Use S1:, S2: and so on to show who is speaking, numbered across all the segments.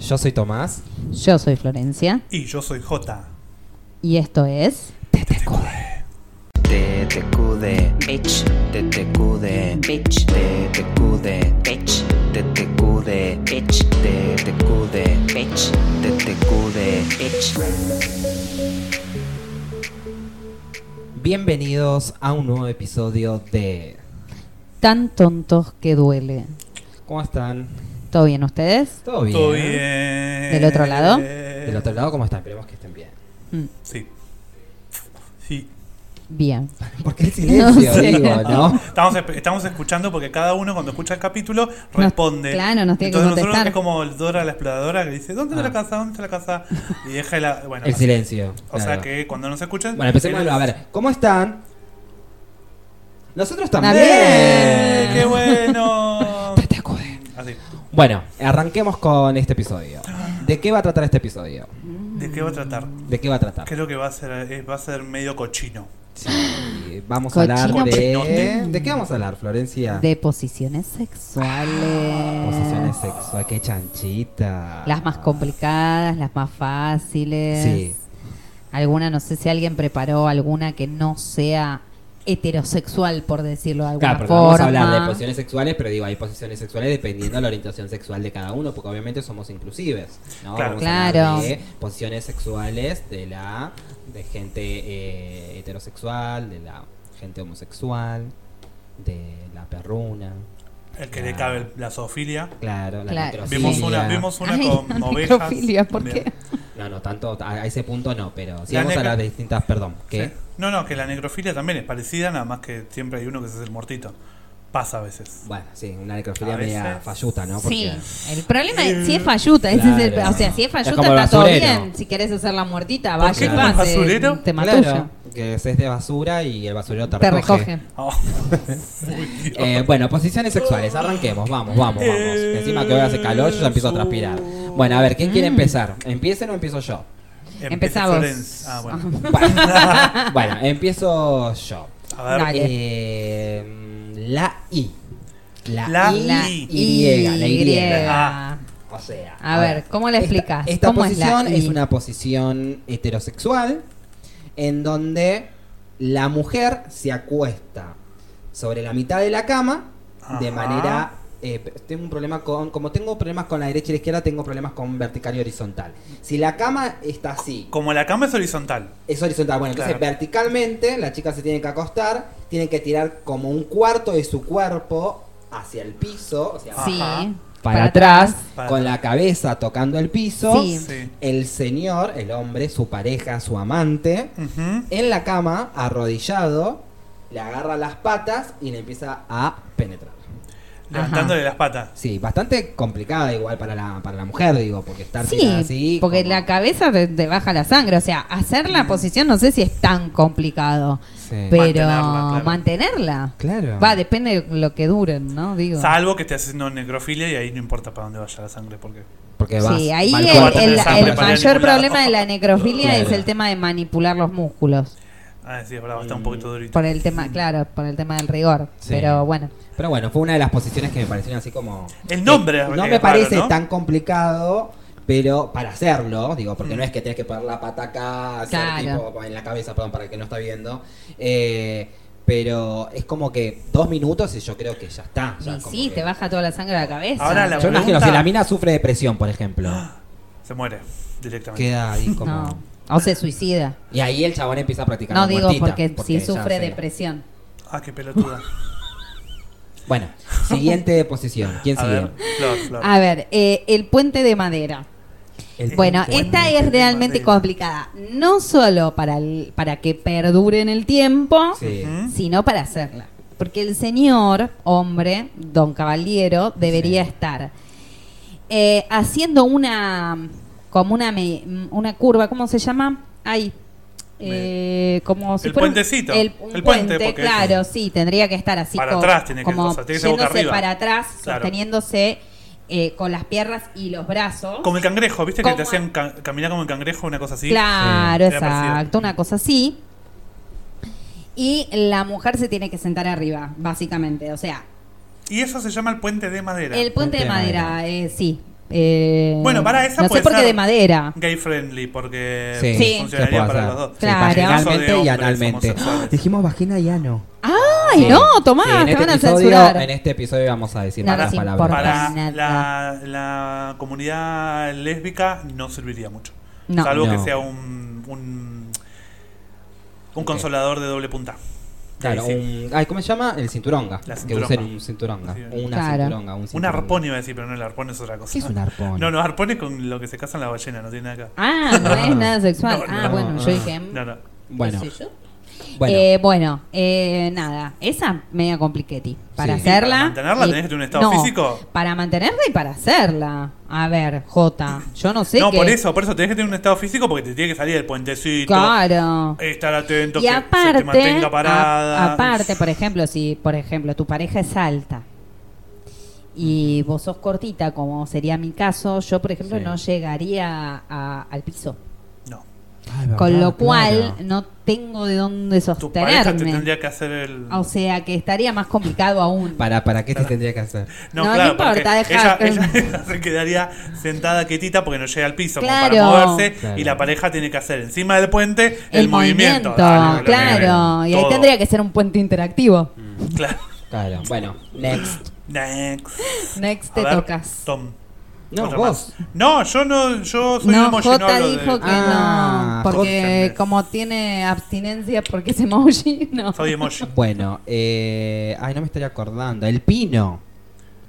S1: Yo soy Tomás.
S2: Yo soy Florencia
S3: Y yo soy J.
S2: y esto es
S4: TTQD,
S5: bitch,
S4: TTQD,
S5: bitch,
S4: TTQD,
S5: bitch,
S4: TTQD,
S5: bitch,
S4: TTQD,
S5: bitch,
S4: TTQD.
S5: bitch.
S1: Bienvenidos a un nuevo episodio de.
S2: Tan tontos que duele.
S1: ¿Cómo están?
S2: ¿Todo bien ustedes?
S1: ¿Todo bien?
S3: ¿Todo bien? ¿Del
S2: otro lado?
S1: Del otro lado, ¿cómo están? Esperemos que estén bien.
S2: Mm,
S3: Sí. Sí.
S2: Bien.
S1: ¿Por qué el silencio?
S2: No sé.
S1: Digo, ¿no?
S3: Ah, Estamos, esp- estamos escuchando porque cada uno cuando escucha el capítulo responde.
S2: claro, nos tiene que
S3: Entonces
S2: contestar.
S3: nosotros es como el Dora la exploradora que dice, ¿dónde
S1: Ah.
S3: está la casa? ¿Dónde está la casa? Y deja la... Bueno,
S1: El
S3: así.
S1: silencio.
S3: O sea
S1: claro.
S3: que cuando nos escuchan...
S1: Bueno, empecemos a ver. ¿Cómo están? Nosotros también.
S3: ¡Eh!
S2: Bien.
S3: ¡Qué bueno! Así.
S1: Bueno, arranquemos con este episodio. ¿De qué va a tratar este episodio?
S3: ¿De qué va a tratar?
S1: ¿De qué va a tratar?
S3: Creo que va a ser, eh, va a ser medio cochino.
S1: Sí, vamos a
S2: Cochino
S1: hablar de...
S3: pinote.
S1: ¿De qué vamos a hablar, Florencia?
S2: De posiciones sexuales.
S1: Posiciones sexuales, qué chanchita.
S2: Las más complicadas, las más fáciles.
S1: Sí.
S2: Alguna, no sé si alguien preparó alguna que no sea heterosexual, por decirlo de alguna
S1: Claro, porque
S2: forma.
S1: vamos a hablar de posiciones sexuales, pero digo, hay posiciones sexuales dependiendo de la orientación sexual de cada uno, porque obviamente somos inclusives, ¿no?
S3: Claro.
S1: Vamos a hablar
S2: Claro.
S1: de posiciones sexuales de la de gente eh, heterosexual, de la gente homosexual, de la perruna,
S3: El que le
S1: Claro.
S3: cabe el- la zoofilia.
S1: claro, la
S2: Claro.
S1: necrofilia.
S3: Vimos una, vimos una
S2: Ay,
S3: con
S2: la
S3: ovejas.
S2: necrofilia, ¿por
S3: Bien.
S2: qué?
S1: No, no, tanto a, a ese punto no, pero si
S3: La
S1: vamos a
S3: necro-
S1: hablar de distintas, perdón, ¿qué?
S3: Sí. No, no, que la necrofilia también es parecida, nada más que siempre hay uno que se hace el mortito. Pasa a veces.
S1: Bueno, sí, una necrofilia
S3: A veces-
S1: media falluta, ¿no?
S2: Sí,
S1: Porque
S2: el problema es si es falluta, ese es el-
S1: Claro.
S2: o sea, si es
S1: Es como
S2: falluta
S1: el
S2: está todo
S1: basurero.
S2: bien, si querés hacer la muertita,
S3: ¿Por
S2: vaya
S1: qué
S2: y
S1: como el
S2: pase,
S3: basurero?
S2: tema tuyo.
S1: claro, que es de basura y el basurero te,
S2: Te recoge.
S3: Oh, muy bien.
S1: Eh, bueno, posiciones sexuales, arranquemos, vamos, vamos, vamos.
S3: Eh,
S1: Encima que hoy hace calor, yo ya empiezo a transpirar. Bueno, a ver, ¿quién quiere empezar? ¿Empiecen o empiezo yo?
S3: Empieza
S2: Empezamos. Ah.
S3: Florencia. Ah, bueno.
S1: Bueno, bueno, empiezo yo.
S3: A ver,
S2: Dale.
S1: Eh, la I. La,
S3: La
S1: I.
S2: La
S3: Y.
S2: Y.
S1: La Y.
S3: Ah.
S1: O sea.
S2: A ver, ¿cómo la
S1: esta-
S2: explicás?
S1: Esta,
S2: ¿Cómo es la
S1: posición es,
S2: I?
S1: una posición heterosexual en donde la mujer se acuesta sobre la mitad de la cama de
S3: Ajá.
S1: manera. eh, p- tengo un problema con. Como tengo problemas con la derecha y la izquierda, tengo problemas con vertical y horizontal. Si la cama está así,
S3: Como la cama es horizontal.
S1: es horizontal. Bueno, entonces
S3: Claro.
S1: verticalmente la chica se tiene que acostar, tiene que tirar como un cuarto de su cuerpo hacia el piso, o sea,
S2: Sí,
S3: Ajá.
S1: para, atrás,
S3: Ah, Para
S1: con
S3: atrás.
S1: la cabeza tocando el piso.
S2: Sí.
S3: Sí.
S1: El señor, el hombre, su pareja, su amante,
S3: Ujú.
S1: en la cama, arrodillado, le agarra las patas y le empieza a penetrar.
S3: Levantándole las patas.
S1: Sí, bastante complicada igual para la, para la mujer, digo, porque estar
S2: Sí,
S1: tirada así.
S2: porque
S1: como- Mm.
S2: la cabeza te, te baja la sangre, o sea, hacer la posición no sé si es tan complicado,
S1: Sí.
S2: pero
S3: Mantenerla,
S2: mantenerla,
S3: claro.
S1: Claro.
S2: va, depende de lo que duren, ¿no? Digo.
S3: Salvo que esté haciendo necrofilia y ahí no importa para dónde vaya la sangre. Porque
S1: Porque vas-
S2: Sí, ahí
S1: va
S2: el,
S1: al
S3: cuarto
S1: cuarto
S2: el-
S1: de
S3: de
S1: la
S3: sangre
S2: el
S1: cama.
S3: para
S2: mayor
S3: manipular.
S2: problema de la necrofilia
S1: Claro.
S2: es el tema de manipular los músculos.
S3: ah, sí, es verdad, está un poquito durito.
S2: Por el tema, claro, por el tema del rigor.
S1: Sí.
S2: Pero bueno,
S1: Pero bueno, fue una de las posiciones que me parecieron así como.
S3: El nombre,
S1: Eh,
S3: es
S1: no
S3: raro,
S1: me parece
S3: ¿no?
S1: tan complicado, pero para hacerlo, digo, porque no es que tenés que poner la pata acá, hacer
S2: Claro.
S1: tipo en la cabeza, perdón, para el que no está viendo. Eh, pero es como que dos minutos y yo creo que ya está. ya
S2: y
S1: como
S2: sí,
S1: que-
S2: te baja toda la sangre a la cabeza.
S3: Ahora la
S1: Yo
S3: pregunta-
S1: imagino, si la mina sufre depresión, por ejemplo,
S3: Ah. Se muere directamente.
S1: queda ahí como.
S2: No, o se suicida.
S1: Y ahí el chabón empieza a practicar.
S2: No
S1: la
S2: digo
S1: muertita,
S2: porque, si
S1: ya
S2: sufre
S1: se-
S2: depresión.
S3: Ah, qué pelotuda.
S1: Bueno, siguiente posición. ¿Quién
S3: A
S1: sigue?
S3: ver, Flor, Flor.
S2: A ver, eh, el puente de madera.
S1: El-
S2: Bueno,
S3: puente
S2: esta
S3: de
S2: es realmente
S3: madera.
S2: complicada. No solo para, el- para que perdure en el tiempo,
S1: Sí.
S3: Ujú.
S2: sino para hacerla. Porque el señor, hombre, don caballero, debería
S1: Sí.
S2: estar eh, haciendo una, como una, me- una curva, ¿cómo se llama? Ahí. Eh, como si
S3: El
S2: fuera un-
S3: puentecito.
S2: El, un
S3: El puente,
S2: puente,
S3: porque-
S2: claro, sí, tendría que estar así.
S3: Para
S2: co-
S3: atrás tiene que-
S2: como
S3: o sea, tiene que ser boca
S2: yéndose
S3: arriba.
S2: para atrás,
S3: Claro.
S2: sosteniéndose eh, con las piernas y los brazos.
S3: Como el cangrejo, ¿viste que te
S2: Oh, Como-
S3: hacían ca- caminar como el cangrejo, una cosa así?
S2: Claro,
S3: Sí. Era
S2: exacto,
S3: parecido.
S2: una cosa así. Y la mujer se tiene que sentar arriba, básicamente. O sea,
S3: Y eso se llama el puente de madera.
S2: el
S1: Puente
S2: puente de
S1: de
S2: madera, eh, sí. eh,
S3: Bueno, para esa
S2: No
S3: puede
S2: sé por qué
S3: ser.
S2: de madera.
S3: gay friendly porque
S1: Sí, se
S2: Sí.
S1: puede
S3: funcionaría para los
S1: hacer.
S3: dos.
S1: Sí,
S2: Claro.
S1: vaginalmente
S3: Caso de
S1: y
S3: hombres
S1: analmente.
S3: homosexuales.
S1: Dijimos vagina y ano.
S2: ¡Ay,
S1: Sí.
S2: no! Tomá,
S1: Sí,
S3: este
S2: te van a
S1: episodio,
S2: censurar.
S1: En este episodio vamos a decir
S2: Nada
S1: malas
S2: nos
S1: palabras.
S2: importa.
S3: Para
S2: Nada.
S3: la, la comunidad lésbica no serviría mucho.
S2: No.
S3: Salvo que
S1: No.
S3: sea un, un, un consolador de doble punta.
S1: Claro,
S3: Sí, sí.
S1: un- ay, ¿cómo se llama? El cinturonga.
S3: La
S1: que
S3: cinturonga.
S1: usen un cinturonga.
S3: Sí.
S1: Una
S2: Claro.
S1: cinturonga, un
S3: Un
S1: cinturonga.
S3: arpón iba a decir, pero no, el arpón es otra cosa.
S1: ¿Qué es un arpón?
S3: No, no, arpón es con lo que se casan las ballenas, no tiene nada que ver.
S2: Ah, no es nada sexual.
S3: No,
S2: ah,
S3: no,
S2: bueno,
S1: no.
S2: yo dije. mm,
S3: No, no.
S1: Bueno,
S2: ¿qué sé yo?
S1: bueno.
S2: Eh, bueno, eh, nada, esa media compliquetti. Para
S1: Sí.
S2: hacerla.
S3: Para mantenerla
S2: y-
S3: tenés que tener un estado
S2: no,
S3: físico.
S2: Para mantenerla y para hacerla. A ver, Jota, yo no sé.
S3: no,
S2: qué-
S3: por eso, por eso tenés que tener un estado físico porque te tiene que salir del puentecito.
S2: Claro.
S3: Estar atento,
S2: Y
S3: que se te
S2: aparte,
S3: mantenga
S2: a-
S3: parada.
S2: aparte, por ejemplo, si por ejemplo tu pareja es alta y vos sos cortita, como sería mi caso, yo por ejemplo
S1: Sí.
S2: no llegaría a- al piso,
S3: No.
S1: Ay, verdad,
S2: con lo cual
S1: claro.
S2: no tengo de dónde
S3: Tu pareja te
S2: sostenerme.
S3: tendría que hacer el.
S2: O sea, que estaría más complicado aún.
S1: ¿Para, ¿Para qué te tendría que hacer?
S3: No,
S2: No, no
S3: claro,
S2: importa,
S3: porque
S2: deja-
S3: ella, ella se quedaría sentada quietita porque no llega al piso como
S2: Claro.
S3: para moverse
S1: Claro.
S3: y la pareja tiene que hacer encima del puente el, Ah,
S2: el movimiento,
S3: Dale, lo que
S2: claro.
S3: viene.
S2: Y ahí
S3: Todo.
S2: tendría que ser un puente interactivo.
S3: Claro.
S1: Claro, bueno, next.
S3: Next.
S2: Next
S3: Mm. A
S2: te
S3: ver,
S2: tocas.
S3: Tom.
S1: No,
S3: Otra
S1: vos.
S3: más. No, yo no, yo soy un
S2: No,
S3: emoji, no
S2: Jota
S3: hablo de-
S2: dijo que
S1: Ah,
S2: no, porque
S3: Jota.
S2: como tiene abstinencia porque es emoji, no.
S3: Soy emoji.
S1: Bueno, eh, ay, no me estaría acordando. El pino.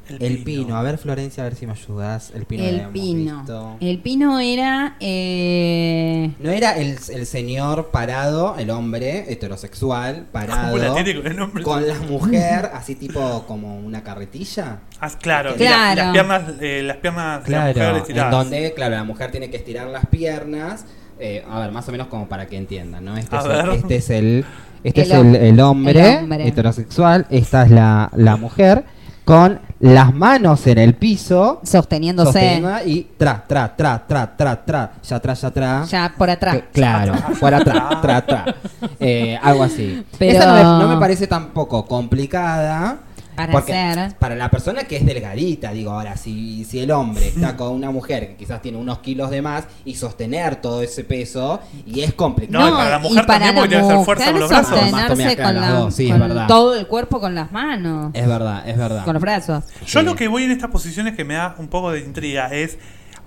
S1: El, pino. A ver, Florencia, a ver si me ayudas. El pino. lo
S2: el
S1: habíamos
S2: pino.
S1: visto.
S2: El pino era... eh,
S1: No era el, el señor parado, el hombre heterosexual parado.
S3: ¿Cómo la tiene con el nombre?
S1: Con la mujer, así tipo como una carretilla.
S3: Ah, claro, y la-
S2: Claro.
S3: y las piernas, eh, las piernas de la mujer
S1: en
S3: estiradas.
S1: donde, claro, la mujer tiene que estirar las piernas. eh, a ver, más o menos como para que entiendan, ¿no? Este,
S3: A
S1: es, el,
S3: ver.
S1: este es el, este
S2: El
S1: es el,
S2: hom-
S1: el hombre
S2: el hombre.
S1: heterosexual, esta es la, la mujer, con las manos en el piso,
S2: sosteniéndose
S1: sostenida y tra, tra, tra, tra, tra, tra, ya tra, ya tra.
S2: ya por atrás.
S1: Que- Claro, por atrás, tra, tra. Eh, algo así.
S2: Pero-
S1: Esa no me, no me parece tampoco complicada.
S2: Para
S1: porque
S2: hacer.
S1: Para la persona que es delgadita, digo, ahora, si, si el hombre está con una mujer que quizás tiene unos kilos de más y sostener todo ese peso, y es complicado.
S3: No, y para la mujer también, porque tiene que hacer fuerza con los brazos.
S2: sostenerse
S1: Más
S2: con,
S1: tomé acá
S2: la-
S1: las dos, sí, es
S2: con
S1: verdad.
S2: todo el cuerpo con las manos,
S1: Es verdad, es verdad.
S2: con los brazos.
S3: Yo
S1: Sí.
S3: lo que voy en estas posiciones que me da un poco de intriga es.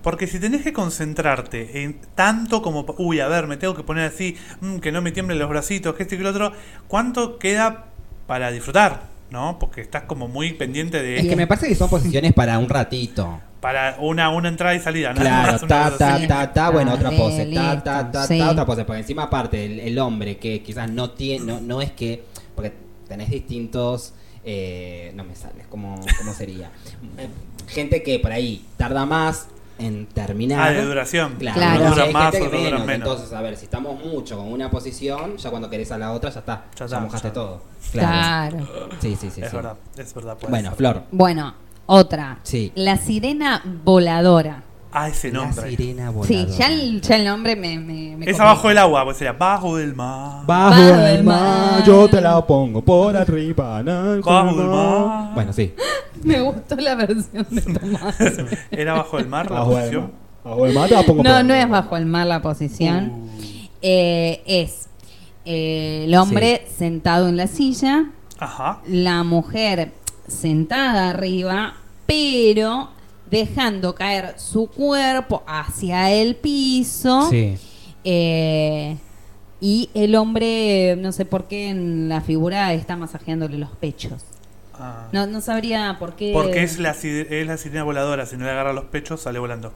S3: Porque si tenés que concentrarte en tanto como. pa- Uy, a ver, me tengo que poner así, mm, que no me tiemblen los bracitos, que este y que lo otro. ¿Cuánto queda para disfrutar? ¿No? Porque estás como muy pendiente de.
S1: Es que me parece que son posiciones para un ratito.
S3: Para una, una entrada y salida, nada
S1: Claro,
S3: más, una
S1: ta,
S3: cosa así.
S1: ta, ta, ta, bueno,
S2: Ah,
S1: otra
S2: de
S1: pose, ta,
S2: listo,
S1: ta, ta,
S2: sí.
S1: ta, otra pose. Porque encima, aparte, el, el hombre que quizás no tiene, no, no es que, porque tenés distintos, eh, no me sales, ¿cómo, cómo sería? Eh, Gente que por ahí tarda más en terminar.
S3: Ah, de duración.
S1: Claro,
S2: Claro.
S1: entonces
S3: Dura
S1: hay
S3: más,
S1: gente que
S3: otro dura
S1: menos.
S3: menos.
S1: Entonces, a ver, si estamos mucho con una posición, ya cuando querés a la otra, ya está.
S3: Ya
S1: Ya,
S3: está,
S1: mojaste
S3: ya.
S1: todo. Claro.
S2: Claro.
S1: Sí, sí, sí.
S3: es
S1: sí.
S3: verdad, es verdad. puede
S1: Bueno,
S3: ser.
S1: Flor.
S2: Bueno, otra.
S1: Sí.
S2: La sirena voladora.
S3: Ah, ese
S1: La
S3: nombre.
S1: sirena
S2: Sí,
S1: voladora.
S2: ya el, ya el nombre me... me- me
S3: Es
S2: complica.
S3: abajo del agua, pues sería bajo del mar.
S2: Bajo el mar.
S5: yo te la pongo por arriba. na,
S3: Bajo
S5: na,
S3: el
S5: na.
S3: mar.
S1: Bueno, sí.
S2: Me gustó la versión de Tomás.
S3: Era bajo el mar la
S5: Bajo el mar.
S3: posición.
S5: Bajo el mar te la pongo por
S2: No, no
S5: arriba.
S2: es bajo el mar la
S3: Oh.
S2: posición.
S3: Uh,
S2: Eh, es eh, el hombre sentado en la silla,
S3: Ajá.
S2: la mujer sentada arriba, pero dejando caer su cuerpo hacia el piso.
S1: Sí.
S2: Eh, y el hombre, no sé por qué en la figura está masajeándole los pechos.
S3: Ah.
S2: No, eh, no sabría por qué.
S3: Porque es la, si- es la sirena voladora, si no le agarra los pechos, sale volando.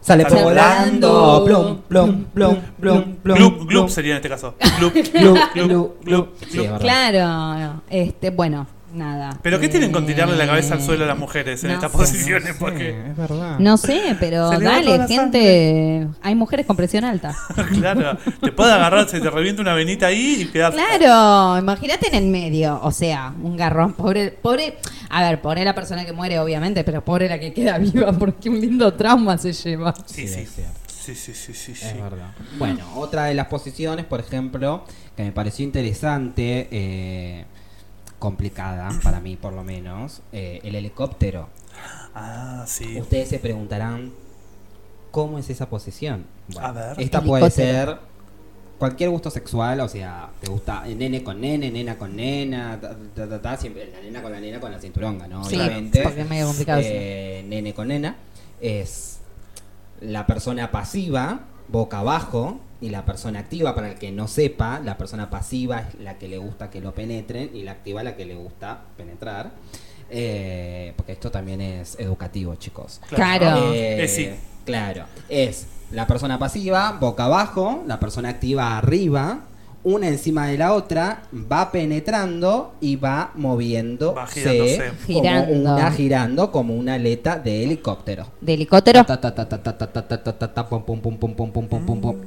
S1: Sale
S3: Sale
S1: volando.
S2: volando.
S1: Plum, plum, plum, plum, plum.
S3: Gloop, gloop
S1: plum.
S3: sería en este caso. Gloop,
S1: Glup,
S3: gloop, gloop,
S1: glup, glup.
S3: gloop,
S1: Sí, es
S3: gloop.
S1: verdad.
S2: Claro, este, bueno, nada.
S3: Pero ¿qué tienen con tirarle la cabeza al suelo a las
S2: mujer?
S3: mujeres en
S2: Eh, No
S3: estas
S2: sé,
S3: posiciones?
S1: Sí,
S3: Porque,
S1: es verdad.
S2: No sé, pero
S3: Se le va toda la
S2: dale, gente. Hay mujeres con presión alta.
S3: claro, te puede agarrar, se te revienta una venita ahí y quedas.
S2: Claro, imagínate en el medio, o sea, un garrón, pobre, pobre, a ver, pobre la persona que muere, obviamente, pero pobre la que queda viva, porque un lindo trauma se lleva.
S1: Sí,
S3: Sí, sí.
S1: es cierto.
S3: Sí, sí, sí, sí.
S1: Es
S3: sí.
S1: verdad. Bueno, otra de las posiciones, por ejemplo, que me pareció interesante, eh, complicada, para mí por lo menos, eh, el helicóptero.
S3: Ah, sí.
S1: Ustedes se preguntarán cómo es esa posición. Bueno,
S3: A ver.
S1: Esta puede
S2: Helicóptero.
S1: ser cualquier gusto sexual, o sea, te gusta nene con nene, nena con nena, ta, ta, ta, ta, siempre la nena con la nena con la cinturonga, ¿no?
S2: Sí,
S1: Obviamente.
S2: porque es medio complicado eso.
S1: Eh, nene con nena es la persona pasiva, boca abajo, y la persona activa, para el que no sepa, la persona pasiva es la que le gusta que lo penetren y la activa la que le gusta penetrar. Eh, porque esto también es educativo, chicos.
S2: Claro.
S1: Eh,
S3: Eh, sí.
S1: Claro. Es la persona pasiva, boca abajo, la persona activa arriba, una encima de la otra, va penetrando y va moviendo.
S3: Va girándose.
S2: Girando.
S1: Una girando como una aleta de helicóptero.
S2: De helicóptero.
S1: Ta, ta, ta, ta, ta, ta, ta, ta, ta, ta, ta, pum, pum, pum, pum, pum, pum, pum, pum, pum.
S2: Mm,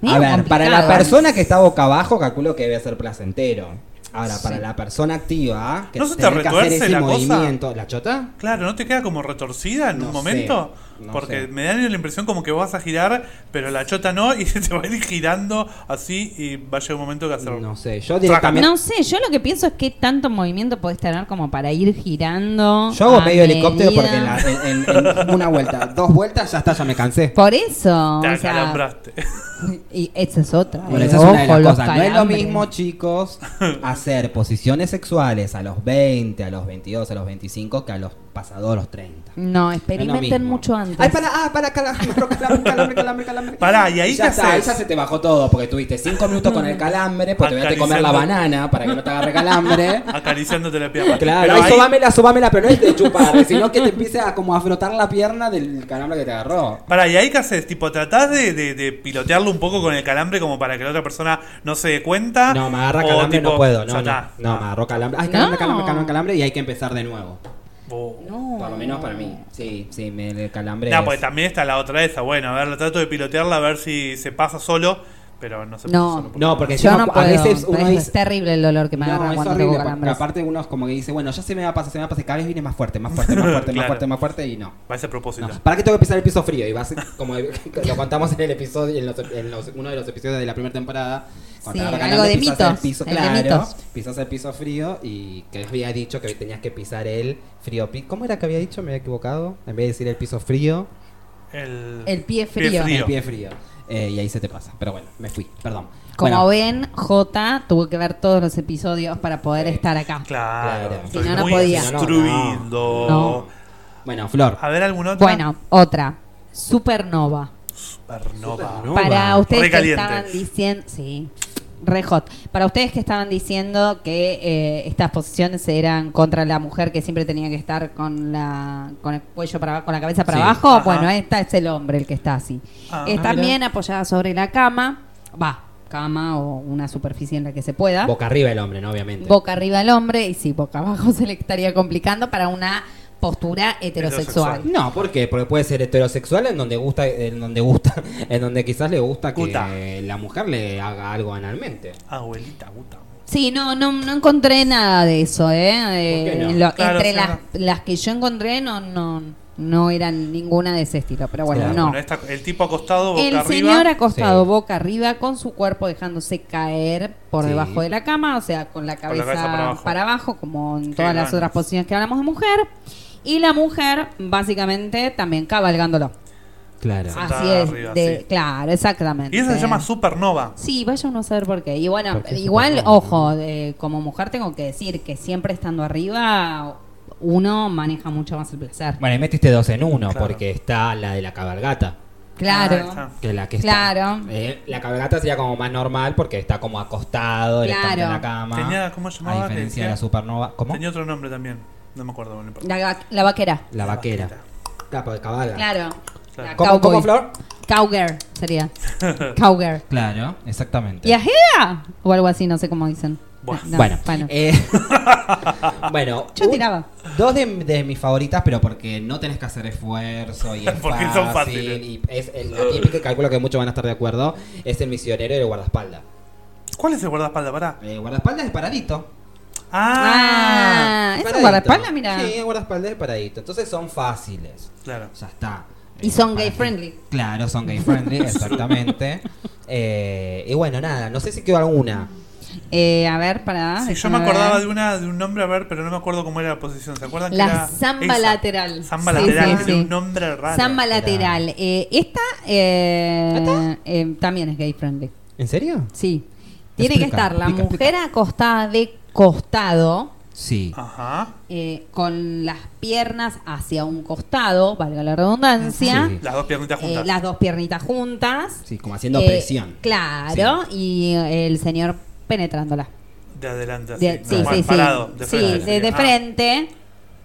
S2: Medio
S1: A ver, para la
S2: complicado. ¿eh?
S1: persona que está boca abajo, calculo que debe ser placentero. Ahora, para la persona activa, que
S3: ¿No se te
S1: tenés que hacer
S3: retuerce
S1: ese
S3: la cosa?
S1: movimiento. ¿La chota?
S3: Claro, ¿no te queda como retorcida en
S1: No
S3: un momento?
S1: sé, no
S3: Porque
S1: sé.
S3: me da la impresión como que vas a girar, pero la chota no, y se te va a ir girando así y va a llegar un momento que hacer.
S1: No sé, yo directamente.
S2: No sé, yo lo que pienso es que tanto movimiento podés tener como para ir girando.
S1: Yo hago
S2: a
S1: medio helicóptero
S2: medida.
S1: porque en, la- en- en- en una vuelta, dos vueltas, ya está, ya me cansé.
S2: Por eso.
S3: Te
S2: o sea,
S3: acalambraste.
S2: y esa es otra.
S1: Bueno,
S2: eh,
S1: esa es una de
S2: ojo,
S1: las
S2: los
S1: cosas. No es lo
S2: calambres.
S1: mismo, chicos, hacer posiciones sexuales a los 20, a los 22, a los 25 que a los pasados los 30. No
S2: No,
S1: es lo
S2: experimenten
S1: mismo.
S2: mucho antes.
S1: Ay, para, ah, para, calambre, calambre, calambre, calambre, calambre.
S3: Pará, ¿y ahí
S1: ya
S3: qué
S1: está, ahí
S3: haces?
S1: ya se te bajó todo porque tuviste 5 minutos con el calambre, porque te voy a comer la
S3: Acariciando.
S1: banana para que no te agarre calambre.
S3: Acariciándote la pierna.
S1: Claro,
S3: Pero
S1: ahí
S3: ahí-
S1: sobámela, sobámela, pero no es de chupar, sino que te empiece a como a frotar la pierna del calambre que te agarró.
S3: Pará, ¿y ahí qué haces? Tipo, tratás de, de- de pilotearlo un poco con el calambre como para que la otra persona no se dé cuenta.
S1: No, me agarra
S3: Ah, O
S1: calambre,
S3: tipo,
S1: no puedo.
S3: ya
S1: No, no,
S3: está. Ah.
S1: no, me agarró calambre. Ay, calambre,
S2: No.
S1: calambre, calambre, calambre, y hay que empezar de nuevo.
S3: Oh.
S2: No.
S1: Por lo menos para mí. Sí, sí, me, el calambre.
S3: No, pues,
S1: es-
S3: porque también está la otra esa. Bueno, a ver, la trato de pilotearla a ver si se pasa solo, pero no se pasa
S2: No.
S3: solo.
S1: No, porque
S2: Yo
S1: encima
S2: no
S1: a
S2: puedo.
S1: veces uno
S2: es,
S1: dice.
S2: terrible el dolor que me agarra
S1: No, es
S2: cuando
S1: horrible,
S2: tengo
S1: porque
S2: calambres.
S1: aparte uno es como que dice, bueno, ya se me va a pasar, se me va a pasar, y cada vez viene más fuerte, más fuerte, más fuerte, más
S3: Claro.
S1: fuerte, más fuerte, y no.
S3: Va a ese propósito.
S1: No, ¿Para qué tengo que pisar el piso frío? Y va a ser como lo contamos en el episodio, en, los- en los- uno de los episodios de la primera temporada.
S2: Sí,
S1: te agarra
S2: algo de
S1: pisas el
S2: mitos,
S1: piso,
S2: el de
S1: claro,
S2: mitos.
S1: pisas el piso frío y que había dicho que tenías que pisar el frío. pi- ¿Cómo era que había dicho? Me había equivocado. En vez de decir el piso frío,
S3: El,
S2: El pie frío.
S1: el pie frío. Eh, y ahí se te pasa. Pero bueno, me fui, perdón.
S2: Como
S1: Bueno,
S2: ven, J tuvo que ver todos los episodios para poder estar acá.
S3: Claro.
S1: Claro.
S2: Si
S3: Estoy
S2: no, no
S3: muy
S2: podía.
S3: instruido.
S2: No.
S1: bueno, Flor.
S3: A ver, ¿algún otro?
S2: Bueno, otra. Supernova.
S3: Supernova.
S1: Supernova.
S2: Para ustedes
S3: Re
S2: que
S3: caliente.
S2: estaban diciendo. Sí. Re hot. Para ustedes que estaban diciendo que eh, estas posiciones eran contra la mujer que siempre tenía que estar con la con el cuello para abajo, con la cabeza para
S1: Sí.
S2: abajo,
S3: Ajá.
S2: bueno, esta es el hombre el que está así.
S3: Ah.
S2: Eh,
S1: Ah,
S2: también apoyada sobre la cama, va, cama o una superficie en la que se pueda.
S1: Boca arriba el hombre, ¿no? Obviamente.
S2: boca arriba el hombre y sí, boca abajo se le estaría complicando para una postura heterosexual.
S3: Heterosexual.
S1: No, ¿por qué? Porque puede ser heterosexual en donde gusta, en donde gusta, en donde quizás le gusta que
S3: Gusta.
S1: la mujer le haga algo analmente.
S3: Abuelita, puta.
S2: Sí, no, no, no encontré nada de eso, ¿eh? Eh,
S1: ¿Por qué no?
S2: en lo-
S3: Claro,
S2: entre
S3: sí,
S2: las, las que yo encontré no, no, no eran ninguna de ese estilo, pero bueno,
S1: Claro,
S2: no.
S3: Bueno, esta- el tipo acostado, boca
S2: El
S3: arriba.
S2: señor acostado
S1: Sí.
S2: boca arriba con su cuerpo dejándose caer por
S1: Sí.
S2: debajo de la cama, o sea, con la
S3: Con
S2: cabeza,
S3: la cabeza para abajo.
S2: para abajo, como en
S3: Qué
S2: todas las
S3: ganas.
S2: otras posiciones que hablamos de mujer. Y la mujer, básicamente, también cabalgándolo.
S1: Claro.
S3: Ah,
S2: Así
S3: Sentada
S2: es,
S3: arriba,
S2: de-
S3: sí.
S2: claro, exactamente.
S3: Y eso se llama supernova.
S2: Sí, vaya uno a saber por qué. Y bueno,
S1: Porque es
S2: igual,
S1: supernova.
S2: ojo, eh, como mujer tengo que decir que siempre estando arriba, uno maneja mucho más el placer.
S1: Bueno, y metiste dos en uno,
S3: Claro.
S1: porque está la de la cabalgata.
S3: Ah, Ahí
S2: Claro.
S3: está.
S1: Que es la que
S2: Claro.
S1: está. Eh, la cabalgata sería como más normal porque está como acostado, él está
S2: Claro.
S1: en la cama.
S3: Tenía- ¿cómo se llamaba?
S1: A diferencia
S3: Que
S1: de la
S3: decía-
S1: supernova. ¿Cómo?
S3: Tenía otro nombre también. No me acuerdo. bueno, no importa.
S2: La, va- la vaquera.
S1: La vaquera. Claro, porque cabalga.
S2: Claro.
S3: Claro.
S2: La
S1: ¿Cómo,
S2: cowboy.
S1: cómo, Flor?
S2: Cowgirl sería. Cowgirl.
S1: Claro, exactamente.
S2: ¿Y ajea? O algo así, no sé cómo dicen.
S3: Buah.
S2: No,
S1: bueno, eh, bueno,
S2: Yo tiraba.
S1: Dos de, de mis favoritas, pero porque no tenés que hacer esfuerzo y es
S3: Porque
S1: fácil,
S3: son fáciles.
S1: Y es el, la típica, que calculo que muchos van a estar de acuerdo, es el misionero y el guardaespaldas.
S3: ¿Cuál es el guardaespaldas? Pará.
S1: El Eh, guardaespaldas es paradito.
S3: Ah,
S2: Ah, es un
S1: Paradito.
S2: guardaespaldas, mira.
S1: Sí, el guardaespaldas es paradito. Entonces son fáciles.
S3: claro.
S1: Ya está.
S2: Y
S1: Eh,
S2: son
S1: para
S2: gay
S1: que-
S2: friendly.
S1: Claro, son gay friendly, exactamente. Eh, y bueno, nada, no sé si quedó alguna.
S2: Eh, a ver, para.
S3: Sí, yo me acordaba de una de un nombre, a ver, pero no me acuerdo cómo era la posición. ¿Se acuerdan? que
S2: La
S3: era
S2: samba
S3: esa?
S2: lateral.
S3: Samba
S2: Sí,
S3: lateral,
S2: sí,
S3: tiene
S2: sí.
S3: un nombre raro.
S2: Samba lateral. Eh, esta eh, eh, también es gay friendly.
S1: ¿En serio?
S2: Sí. Tiene
S1: Explica,
S2: que estar la
S1: explica,
S2: mujer acostada de costado,
S1: Sí.
S3: Ajá.
S2: eh, con las piernas hacia un costado, valga la redundancia,
S1: Sí.
S3: Las dos piernitas
S2: eh,
S3: juntas.
S2: las dos piernitas juntas.
S1: Sí, como haciendo
S2: Eh,
S1: presión.
S2: Claro, y eh, el señor penetrándola.
S3: De adelante, así.
S2: De- sí,
S3: como
S2: sí, sí.
S3: parado, de
S2: Sí,
S3: frente.
S2: de, de
S3: Ah,
S2: frente.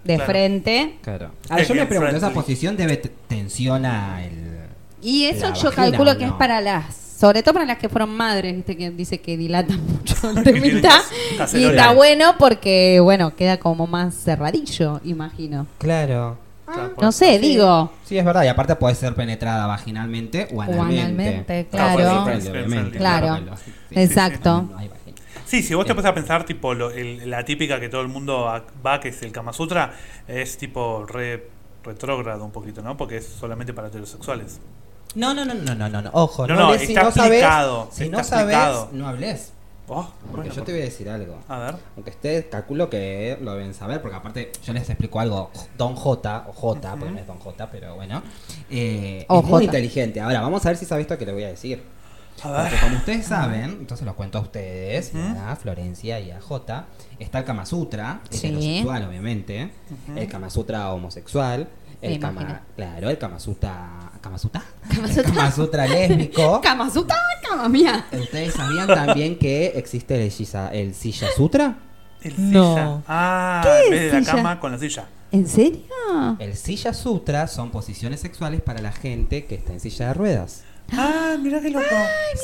S2: De
S3: Claro.
S2: frente.
S1: Claro. Ahora,
S3: Es
S1: yo
S3: que
S1: me pregunto, ¿esa
S3: friendly.
S1: posición debe te- tensiona el.
S2: Y eso
S1: La
S2: yo
S1: vagina,
S2: calculo que
S1: ¿o
S2: es
S1: no?
S2: para las, sobre todo para las que fueron madres, viste que dice que dilatan mucho el
S3: Que tienen
S2: temita.
S3: que hacer
S2: y
S3: oral.
S2: está bueno porque, bueno, queda como más cerradillo, imagino.
S1: Claro.
S3: claro, por-
S2: No sé, digo.
S1: Sí, es verdad. Y aparte puede ser penetrada vaginalmente o analmente.
S2: analmente,
S1: Ah, puede
S3: claro.
S1: ser friendly, obviamente,
S2: Claro.
S1: porque lo- sí, sí.
S2: Exacto.
S1: No hay vagina.
S3: Sí, si vos te pones a pensar, tipo, lo- el- la típica que todo el mundo a- va, que es el Kama Sutra, es tipo re retrógrado un poquito, ¿no? Porque es solamente para heterosexuales.
S1: No, no, no, no, no, no, no. Ojo,
S3: No,
S1: no,
S3: no,
S1: hables si
S3: está
S1: no sabes,
S3: explicado,
S1: si
S3: está
S1: no sabes,
S3: explicado.
S1: no hables.
S3: Oh,
S1: Porque
S3: bueno, pues,
S1: yo te voy a decir algo.
S3: A ver.
S1: Aunque ustedes calculo que lo deben saber, porque aparte yo les explico algo. Don J, o J, porque no es Don J, pero bueno. eh,
S2: O
S1: es muy
S2: J.
S1: inteligente. Ahora, vamos a ver si sabe esto que le voy a decir.
S3: A
S1: Porque
S3: ver.
S1: como ustedes saben, entonces los cuento a ustedes,
S3: Ujú.
S1: a Florencia y a J, está el Kama Sutra,
S2: Sí.
S1: heterosexual obviamente, el Kama Sutra homosexual,
S2: Me
S1: el
S2: imagino.
S1: Kama, claro, el Kama Sutra, ¿Kama Sutra? El Kama Sutra lésbico.
S2: Camasuta, cama mía.
S1: ¿Ustedes sabían también que existe el, Shiza- el Silla Sutra?
S3: El
S2: No.
S3: silla. Ah, en
S2: ¿Qué
S3: vez de la
S2: silla?
S3: cama con la silla.
S2: ¿En serio?
S1: El Silla Sutra son posiciones sexuales para la gente que está en silla de ruedas.
S3: Ah, mirá qué loco.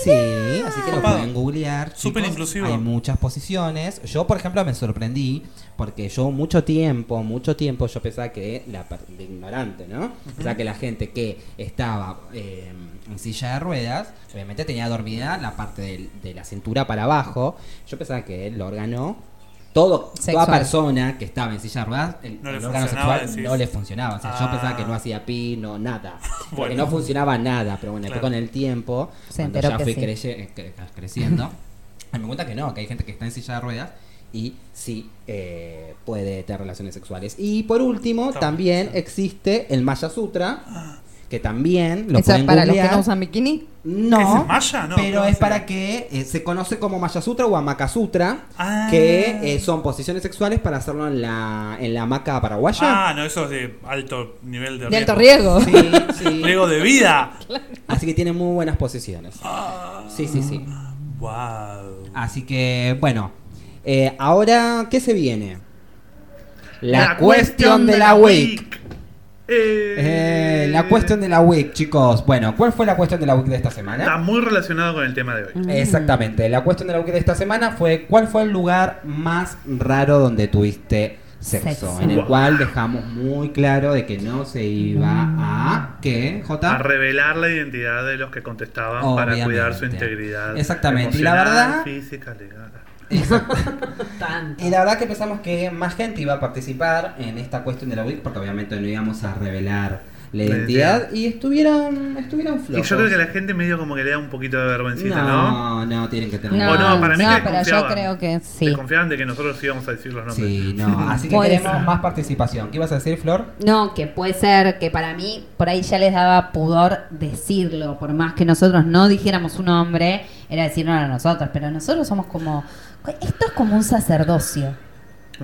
S1: Sí, así que lo
S3: Copado.
S1: pueden googlear. chicos.
S3: Súper inclusivo.
S1: Hay muchas posiciones. Yo, por ejemplo, me sorprendí porque yo mucho tiempo, mucho tiempo, yo pensaba que la per- de ignorante, ¿no? Pensaba que la gente que estaba eh, en silla de ruedas, obviamente tenía dormida la parte del- de, la cintura para abajo. Yo pensaba que el órgano, todo,
S2: Sexual.
S1: toda persona que estaba en silla de ruedas, el,
S3: No le
S1: el órgano
S3: funcionaba,
S1: sexual
S3: decís.
S1: no le funcionaba. O sea,
S3: Ah.
S1: yo pensaba que no hacía pi, no, nada. Porque
S3: Bueno.
S1: no funcionaba nada, pero bueno, después con
S3: Claro.
S1: el tiempo,
S2: Se
S1: cuando
S2: enteró
S1: ya
S2: que
S1: fui
S2: sí.
S1: creciendo, crece- eh, cre- ah, creciendo, me di cuenta que no, que hay gente que está en silla de ruedas y sí eh, puede tener relaciones sexuales. Y por último,
S3: Está Ah.
S1: también existe el Maya Sutra, que también lo
S2: Eso es
S1: pueden
S2: para los que
S1: googlear.
S2: no usan bikini.
S1: No,
S3: ¿Es el Maya? No,
S1: pero
S3: ¿cómo
S1: es
S3: se
S1: para
S3: llama?
S1: que eh, se conoce como Maya Sutra o Hamaca Sutra,
S3: Ah.
S1: que eh, son posiciones sexuales para hacerlo en la, en la hamaca paraguaya.
S3: Ah, no, eso es de alto nivel de
S2: De alto
S3: riesgo.
S2: riesgo.
S1: Sí, sí.
S3: Riesgo de vida.
S1: Así que tiene muy buenas posiciones.
S3: Ah.
S1: Sí, sí, sí.
S3: Wow.
S1: Así que, bueno, eh, ahora, ¿qué se viene? La, cuestión, de la week. Eh, la cuestión de la week, chicos. Bueno, ¿cuál fue la cuestión de la week de esta
S3: Está
S1: semana?
S3: muy relacionado con el tema de hoy.
S1: Exactamente, la cuestión de la week de esta semana fue ¿cuál fue el lugar más raro donde tuviste sexo?
S2: Sexo.
S1: En el cual dejamos muy claro de que no se iba a... ¿Qué, J?
S6: a revelar la identidad de los que contestaban para
S1: Obviamente.
S6: cuidar su integridad.
S1: Exactamente. Y la
S6: emocional,
S1: verdad-
S6: Física, legal.
S1: Y la verdad que pensamos que más gente iba a participar en esta cuestión de la WIC porque obviamente no íbamos a revelar la identidad y estuvieron, estuvieron
S6: Y
S1: flojos.
S6: yo creo que la gente medio como que le da un poquito de vergüencita,
S1: no,
S6: ¿no?
S1: no, tienen que tener.
S6: No, O no, para mí que
S2: pero yo
S6: desconfiaban.
S2: creo que
S6: Se
S2: sí.
S6: confiaban de que nosotros íbamos a decir los nombres.
S1: Sí, no. Así que
S2: Puede
S1: queremos
S2: ser.
S1: más participación. ¿Qué ibas a decir, Flor?
S2: No, que puede ser que para mí por ahí ya les daba pudor decirlo, por más que nosotros no dijéramos un nombre, era decirlo a nosotros, pero nosotros somos como esto es como un sacerdocio.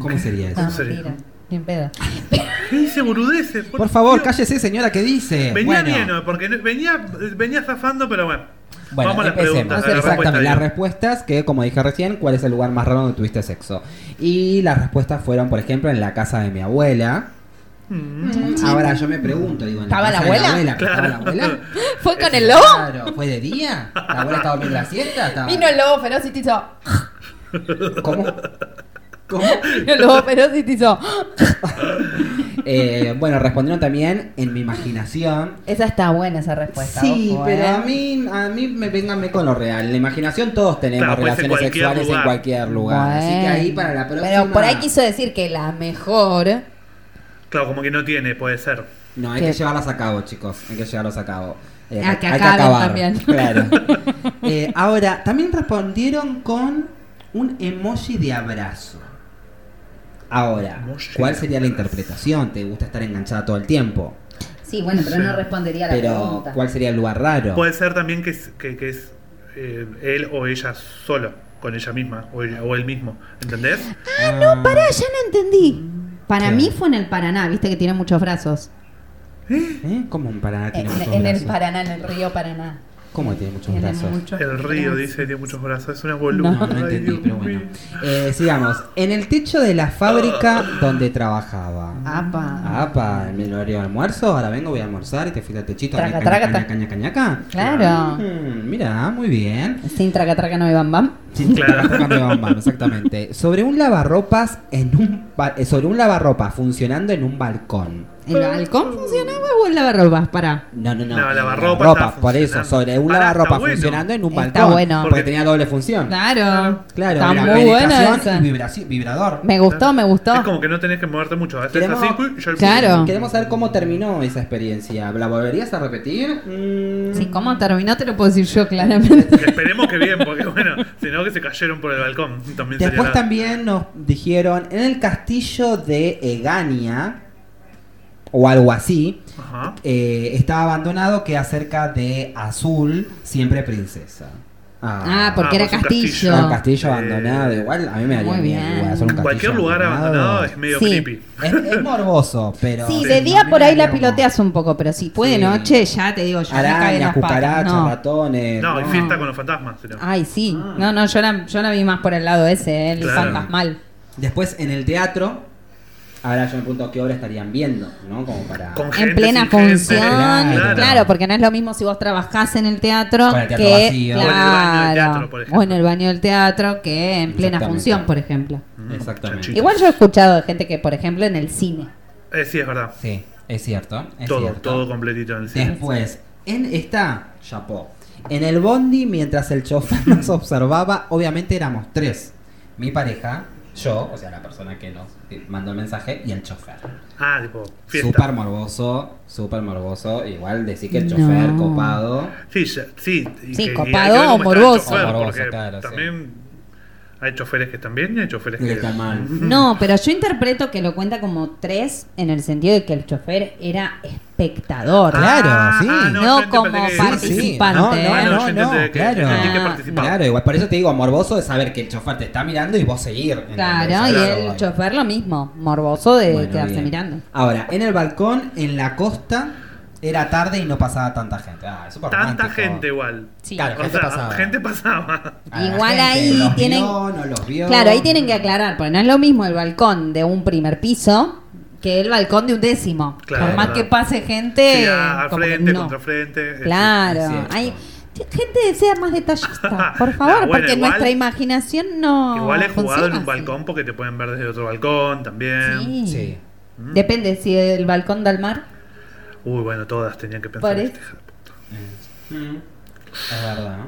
S1: ¿Cómo sería eso?
S2: No,
S6: ¿En serio?
S2: mentira, ni en pedo.
S6: ¿Qué dice burudeces?
S1: Por favor,
S6: Dios.
S1: cállese, señora, ¿qué dice?
S6: Venía
S1: Bueno.
S6: bien, ¿no? porque no- venía, venía zafando, pero bueno.
S1: Bueno,
S6: Vamos a las
S1: empecemos.
S6: preguntas. a la respuesta,
S1: Exactamente, las
S6: digo.
S1: respuestas que, como dije recién, ¿cuál es el lugar más raro donde tuviste sexo? Y las respuestas fueron, por ejemplo, en la casa de mi abuela. Mm. Ahora yo me pregunto, digo, ¿en
S2: Mm.
S1: casa
S2: ¿Estaba la
S1: de
S2: abuela?
S1: ¿Estaba la abuela?
S2: ¿Fue con el lobo?
S1: Claro, ¿fue de día? ¿La abuela estaba durmiendo la siesta? Estaba-
S2: Vino el lobo feroz y te hizo.
S1: ¿Cómo? ¿Cómo?
S2: Vino el lobo feroz y te hizo.
S1: Eh, bueno, respondieron también en mi imaginación.
S2: Esa está buena esa respuesta.
S1: Sí,
S2: ojo,
S1: pero
S2: ¿eh?
S1: a mí, a mí me véngame con lo real. En la imaginación todos tenemos
S6: Claro, puede ser
S1: relaciones
S6: cualquier
S1: sexuales
S6: lugar.
S1: en cualquier lugar. Así que
S2: Bueno.
S1: ahí para la próxima.
S2: Pero por ahí quiso decir que la mejor.
S6: Claro, como que no tiene, puede ser.
S1: No, hay
S2: ¿Qué?
S1: que llevarlas a cabo, chicos. Hay que llevarlas a cabo. Eh,
S2: Ah, que acaben también.
S1: Claro. Eh, ahora, también respondieron con un emoji de abrazo. Ahora,
S6: Emoji
S1: ¿cuál
S6: de
S1: sería la interpretación? ¿Te gusta estar enganchada todo el tiempo?
S2: Sí, bueno, pero no respondería a la
S1: Pero,
S2: pregunta.
S1: ¿cuál sería el lugar raro?
S6: Puede ser también que es, que, que es eh, él o ella solo, con ella misma, o, ella- o él mismo. ¿Entendés?
S1: ah, no,
S2: Pará, ya no entendí. Para
S1: ¿Qué?
S2: mí fue en el Paraná, viste que tiene muchos brazos.
S1: ¿Eh? ¿Cómo en Paraná tiene
S2: En,
S1: muchos
S2: en el
S1: brazos?
S2: Paraná, en el río Paraná.
S1: ¿Cómo tiene muchos
S2: Tiene
S1: brazos?
S2: muchos
S6: El río,
S2: brazos.
S6: dice, tiene muchos brazos, es una
S1: No,
S6: boluda.
S1: no
S6: Ay,
S1: entendí,
S6: Dios
S1: pero bueno.
S6: mío.
S1: Eh, sigamos. En el techo de la fábrica donde trabajaba.
S2: Apa.
S1: Ah, pa, en el horario de almuerzo, ahora vengo, voy a almorzar y te fuiste al techito. a
S2: Traca,
S1: caña, caña,
S2: tracata.
S1: caña, caña, caña.
S2: Claro.
S1: Mm, mira, muy bien.
S2: Sin traca traca no hay bam bam.
S1: Sí,
S6: Claro.
S1: está tocando de bomba, exactamente. Sobre un lavarropas en un ba- eh, sobre un lavarropas funcionando en un balcón.
S2: ¿El balcón funcionaba o el lavarropas? Pará.
S1: No, no, no.
S6: No,
S1: el
S6: lavarropa está
S1: por eso,
S6: funcionando.
S1: sobre un
S6: Pará, está
S1: lavarropas
S6: bueno.
S1: funcionando en un
S2: Está
S1: balcón.
S2: bueno.
S1: Porque
S6: Porque-
S1: tenía doble función.
S2: Claro.
S1: Claro,
S2: Está
S1: mira,
S2: muy buena
S1: penetración
S2: esa.
S1: y vibraci- vibrador.
S2: Me gustó, me gustó.
S6: Es como que no tenés que moverte mucho. A veces
S1: Queremos-
S6: así, uy, yo el-
S2: Claro.
S1: Queremos saber cómo terminó esa experiencia. ¿La volverías a repetir? Mm,
S2: Sí, cómo terminó te lo puedo decir yo claramente.
S6: Esperemos que bien, porque bueno, si no que se cayeron por el balcón. También sería
S1: Después
S6: la-
S1: también nos dijeron en el castillo de Egania o algo así
S6: Ajá.
S1: eh, estaba abandonado que acerca de Azul siempre princesa.
S2: Ah, porque
S6: Ah,
S2: era
S6: pues un
S2: castillo.
S6: castillo.
S1: Ah, un castillo
S6: Eh,
S1: abandonado igual a mí me daría
S2: muy
S1: miedo,
S2: bien.
S1: igual, hacer un castillo
S6: Cualquier lugar abandonado es medio
S2: Sí.
S6: creepy.
S1: es, es morboso, pero
S2: Sí,
S6: Sí,
S2: de día
S1: a mí
S2: por
S1: me
S2: ahí la
S1: daría como
S2: piloteas un poco, pero si fue de
S1: Sí.
S2: noche, ya te digo, yo me cagué en
S1: arañas,
S2: las
S1: cucarachas,
S2: patas. No.
S1: ratones.
S6: No, y
S1: no.
S6: fiesta con los fantasmas. sino-
S1: Ah.
S2: Ay, sí. No, no, yo la, yo la vi más por el lado ese, eh, el
S6: Ah. Claro.
S2: fantasmal.
S1: Después en el teatro, ahora yo me pregunto qué obra estarían viendo, ¿no? Como para
S6: Con
S2: En
S6: gente,
S2: plena
S6: sin gente.
S2: función, claro.
S1: claro.
S2: porque no es lo mismo si vos trabajás en el teatro
S1: Con el teatro
S2: que
S1: vacío. O
S6: en el baño del
S2: claro,
S6: teatro, por ejemplo.
S2: o en el baño del teatro que en plena
S1: Exactamente.
S2: función, por ejemplo.
S6: Mm,
S1: Exactamente.
S6: chanchito.
S2: Igual yo he escuchado de gente que, por ejemplo, en el cine.
S6: Eh, sí, es verdad.
S1: Sí, es cierto. Es
S6: todo,
S1: cierto.
S6: todo completito en el cine.
S1: Después, en está Chapó. En el bondi, mientras el chofer nos observaba, obviamente éramos tres. Mi pareja, yo, o sea, la persona que nos mandó el mensaje, y el chofer.
S6: Ah, tipo, fiesta.
S1: Súper morboso, súper morboso. Igual decir que el
S2: No.
S1: chofer copado.
S6: Sí, ya- sí. y
S2: Sí,
S6: que- y
S2: copado
S6: hay que ver
S2: o
S6: cómo está el
S2: morboso.
S6: chofer,
S1: O morboso,
S6: porque
S1: claro, sí.
S6: también hay choferes que están bien y hay choferes
S1: Que
S6: que... Mm.
S1: está mal.
S2: No, pero yo interpreto que lo cuenta como tres en el sentido de que el chofer era espectador.
S1: Ah, claro, sí.
S2: No
S6: yo entendí
S2: como
S6: que-
S2: participante,
S1: No,
S2: ¿eh?
S1: no,
S6: Ah,
S1: no,
S6: yo
S1: no,
S6: entendí que-
S1: claro.
S6: entendí que
S2: Ah,
S6: participaba.
S1: Claro, igual. Por eso te digo, morboso de saber que el chofer te está mirando y vos seguir. ¿entendés?
S2: Claro, y
S1: Eso
S2: el
S1: voy.
S2: chofer lo mismo, morboso de
S1: Bueno,
S2: quedarse
S1: bien.
S2: mirando.
S1: Ahora, en el balcón, en la costa, era tarde y no pasaba tanta gente. Ah, es súper
S6: Tanta
S1: romántico.
S6: gente igual.
S2: Sí.
S1: Claro,
S6: O
S1: gente
S6: sea,
S1: pasaba.
S6: gente pasaba.
S1: A Ah, la
S2: Igual ahí
S1: los
S2: tienen-
S1: vio, no los vio.
S2: Claro, ahí tienen que aclarar, porque no es lo mismo el balcón de un primer piso que el balcón de un décimo.
S6: Claro,
S2: Por más
S6: claro.
S2: que pase gente.
S6: Sí, a, a
S2: como que
S6: frente,
S2: no.
S6: contra frente. eh,
S1: Es
S2: Claro,
S1: cierto.
S2: hay gente que sea más detallista, por favor,
S6: No, bueno,
S2: porque
S6: igual-
S2: nuestra imaginación no.
S6: Igual es jugado en
S2: funciona
S6: un
S2: así.
S6: balcón eh, porque te pueden ver desde otro balcón también.
S2: Sí.
S1: Sí.
S2: Depende si el balcón da al mar.
S6: Uy, bueno, todas tenían que pensar.
S2: Por
S6: en
S2: eso.
S6: este hija de puta.
S1: Mm. Es verdad. ¿no?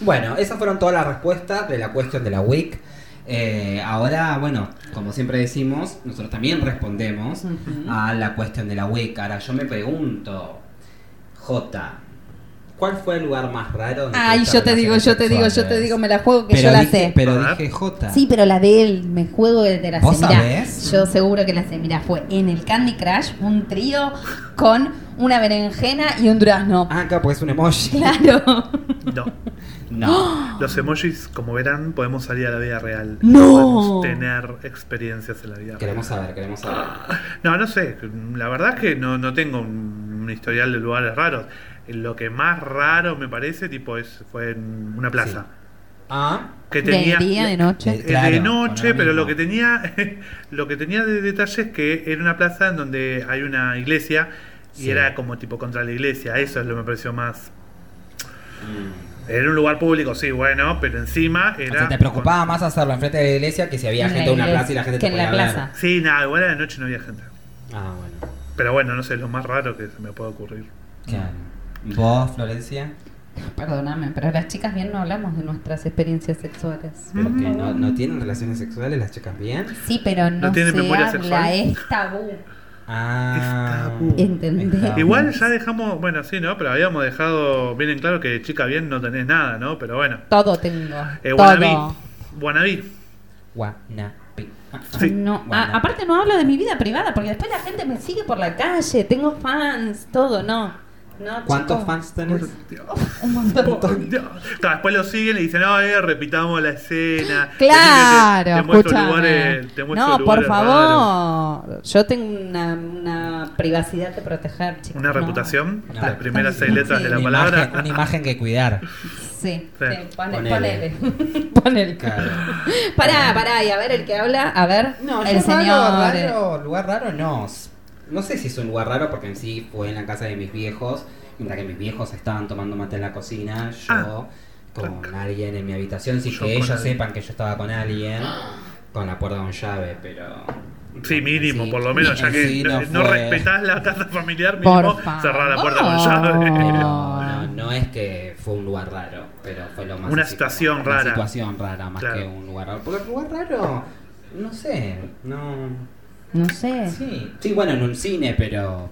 S1: Bueno, esas fueron todas las respuestas de la cuestión de la week. Eh, ahora, bueno, como siempre decimos, nosotros también respondemos a la cuestión de la week. Ahora yo me pregunto, J, ¿cuál fue el lugar más raro? donde
S2: Ay,
S1: tuviste
S2: yo te digo, yo
S1: relaciones
S2: te digo, yo te
S1: sexuales?
S2: digo, me la juego que
S1: Pero
S2: yo la
S1: dije-
S2: sé.
S1: Pero
S6: A ver.
S1: dije J.
S2: Sí, pero la de él, me juego desde la
S1: ¿Vos
S2: semira.
S1: sabés?
S2: Yo seguro que la semira fue en el Candy Crush, un trío con una berenjena y un durazno.
S1: Ah, acá pues es un emoji.
S2: Claro.
S6: No.
S1: No.
S6: Los emojis, como verán, podemos salir a la vida real.
S2: No.
S6: Podemos tener experiencias en la vida real.
S1: Queremos saber, queremos saber.
S6: No, no sé. La verdad es que no, no tengo un, un historial de lugares raros. Lo que más raro me parece, tipo, es fue en una plaza.
S1: Ah,
S6: Que
S2: De
S6: tenía
S2: día, de noche.
S1: Eh,
S6: eh,
S1: Claro,
S6: de
S1: con
S6: noche,
S1: lo mismo.
S6: pero lo que tenía lo que tenía de detalle es que era una plaza en donde hay una iglesia y
S1: Sí.
S6: era como tipo contra la iglesia, eso es lo que me pareció más.
S1: Mm.
S6: Era un lugar público, sí, bueno, pero encima
S1: o
S6: era
S1: sea, te preocupaba más hacerlo enfrente de la iglesia que si había
S2: En la
S1: gente en una
S2: iglesia,
S1: plaza y la gente
S2: que
S1: te
S2: en la
S1: podía ver.
S2: plaza.
S6: Sí, nada, igual a la noche no había gente.
S1: Ah, bueno.
S6: Pero bueno, no sé, es lo más raro que se me puede ocurrir.
S2: Mm.
S1: Claro. ¿Vos, Florencia?
S2: Perdóname, pero las chicas bien no hablamos de nuestras experiencias sexuales.
S1: Porque no, no tienen relaciones sexuales las chicas bien.
S2: Sí, pero no,
S6: ¿No tiene
S2: se
S6: memoria
S2: habla,
S6: sexual?
S2: es tabú.
S1: Ah.
S6: Es tabú.
S2: Entendé.
S1: es tabú.
S6: Igual ya dejamos, bueno, sí, ¿no? Pero habíamos dejado bien en claro que chica bien no tenés nada, ¿no? Pero bueno.
S2: Todo tengo.
S6: Eh,
S2: todo.
S6: wannabe. Guanabí.
S1: Guanapi.
S6: Sí.
S2: No,
S1: Bueno.
S2: a- aparte no hablo de mi vida privada porque después la gente me sigue por la calle, tengo fans, todo, no. no
S1: ¿Cuántos
S2: chicos.
S1: fans tenés?
S2: Un montón.
S6: Ta, después lo siguen y dicen, no, eh, repitamos la escena.
S2: Claro,
S6: Te- te muestro
S2: escúchame.
S6: lugares- te muestro
S2: no, por
S6: lugares raros.
S2: favor. Yo tengo una, una privacidad que proteger, chicos.
S6: Una
S2: no.
S6: reputación,
S1: No.
S6: las primeras seis letras
S2: Sí.
S6: de la
S1: Una
S6: palabra.
S1: imagen, una imagen que cuidar.
S2: Sí,
S6: Sí.
S2: sí, pone-
S1: Ponele.
S2: ponele. Ponele.
S1: Claro.
S2: Pará, pará, y a ver el que habla, a ver.
S1: No,
S2: el
S1: yo
S2: señor.
S1: raro,
S2: eh,
S1: raro, lugar raro no. No sé si es un lugar raro porque en sí fue en la casa de mis viejos. Mientras que mis viejos estaban tomando mate en la cocina, yo
S6: Ah.
S1: con alguien en mi habitación, sin
S6: Yo
S1: que
S6: con
S1: ellos
S6: alguien.
S1: sepan que yo estaba con alguien, con la puerta con llave, pero...
S6: Sí, mínimo,
S1: Sí,
S6: por lo menos, ya
S1: en
S6: que
S1: sí
S6: no,
S1: no
S6: no
S1: fue-
S6: respetás la casa familiar,
S2: Por
S6: mínimo
S2: favor.
S6: cerrar la puerta con llave.
S1: No, no, no es que fue un lugar raro, pero fue lo más...
S6: Una
S1: así como-
S6: situación
S1: Una
S6: rara.
S1: situación rara, más
S6: Claro.
S1: que un lugar raro. Porque el lugar raro, no sé, no...
S2: No sé.
S1: Sí, sí, bueno, en un cine, pero.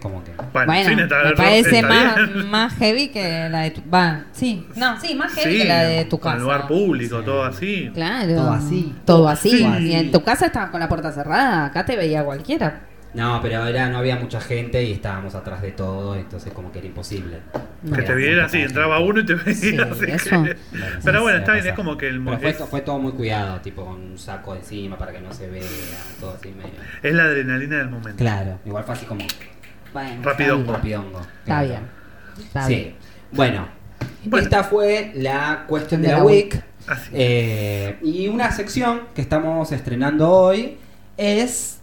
S1: Como que.
S2: Bueno,
S6: Bueno, sí, está-
S2: me
S6: está
S2: parece
S6: bien.
S2: más, más heavy que la de tu. Va, sí. No, sí, más heavy
S6: Sí,
S2: que la de tu
S6: con
S2: casa.
S6: el lugar público,
S1: Sí.
S6: todo así.
S2: Claro.
S1: Todo así.
S2: Todo así.
S6: Sí.
S2: Y en tu casa estabas con la puerta cerrada. Acá te veía cualquiera.
S1: No, pero era, no había mucha gente y estábamos atrás de todo, entonces como que era imposible.
S2: No.
S6: Que te viera así, entraba uno y te veía.
S2: Sí,
S6: así que-
S2: eso.
S6: Pero bueno,
S1: sí,
S6: está bien,
S1: pasa.
S6: es como que el mo-
S1: Pero fue,
S6: es,
S1: to- fue todo muy cuidado, tipo con un saco encima para que no se vea, todo así medio.
S6: es la adrenalina del momento.
S1: Claro, igual fue así como
S2: Bueno,
S6: Rápido.
S1: un rapidongo.
S2: Está
S1: claro.
S2: bien. Está
S1: sí.
S2: bien.
S1: Bueno,
S6: Bueno.
S1: esta fue la cuestión de, la, week.
S6: Así.
S1: Eh, y una sección que estamos estrenando hoy es.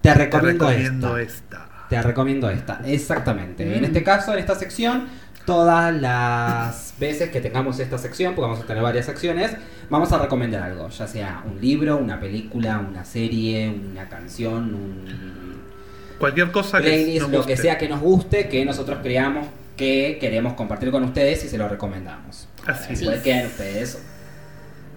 S1: Te
S6: Te
S1: recomiendo,
S6: recomiendo Mm.
S1: esta.
S6: esta.
S1: Te recomiendo esta, exactamente. En este caso, en esta sección, todas las veces que tengamos esta sección, porque vamos a tener varias secciones, vamos a recomendar algo, ya sea un libro, una película, una serie, una canción, un
S6: Cualquier cosa que
S1: playlist,
S6: nos
S1: lo que
S6: guste.
S1: sea que nos guste, que nosotros creamos que queremos compartir con ustedes y se lo recomendamos.
S6: Así
S1: Después quedan ustedes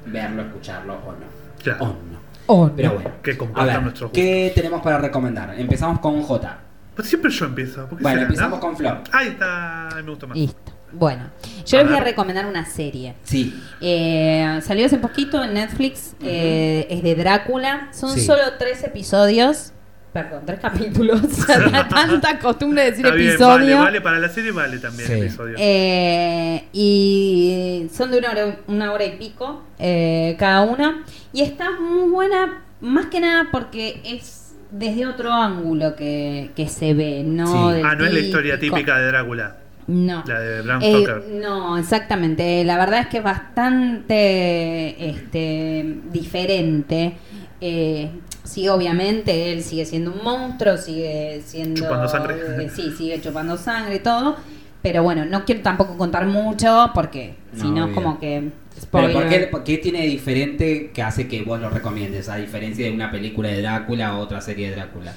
S1: verlo, escucharlo o no.
S6: Claro.
S1: O no.
S2: Oh,
S1: Pero bueno.
S6: Que
S1: A
S6: compartan
S1: ver,
S6: nuestros gustos.
S1: ¿qué tenemos para recomendar? Empezamos con J.
S6: Pues siempre yo empiezo. ¿por qué
S1: Bueno,
S6: será,
S1: empezamos
S6: no?
S1: con Flor.
S6: Ahí está, me gusta más.
S2: Listo. Bueno, yo
S6: A
S2: les voy a
S6: ver.
S2: recomendar una serie.
S1: Sí.
S2: Eh, salió hace poquito en Netflix, eh, es de Drácula. Son
S1: Sí.
S2: solo tres episodios. Perdón, tres capítulos. Había tanta costumbre de decir
S6: Está bien,
S2: episodio.
S6: vale, vale, para la serie vale también
S1: Sí.
S6: el episodio.
S2: Eh, y son de una hora, una hora y pico eh, cada una. Y está muy buena, más que nada porque es desde otro ángulo que, que se ve, no
S1: Sí.
S2: del
S6: ah, no es la historia
S2: típico.
S6: típica de Drácula,
S2: No.
S6: la de Bram
S2: Eh,
S6: Stoker.
S2: no, exactamente. La verdad es que es bastante este, diferente. Eh, sí, obviamente, él sigue siendo un monstruo, sigue siendo...
S6: Chupando sangre.
S2: eh, sí, sigue chupando sangre y todo. Pero bueno, no quiero tampoco contar mucho porque si
S1: No,
S2: no
S1: bien.
S2: es como que...
S1: Pero
S2: spoiler.
S1: ¿por qué, por qué tiene de diferente que hace que vos lo recomiendes? A diferencia de una película de Drácula o otra serie de Drácula.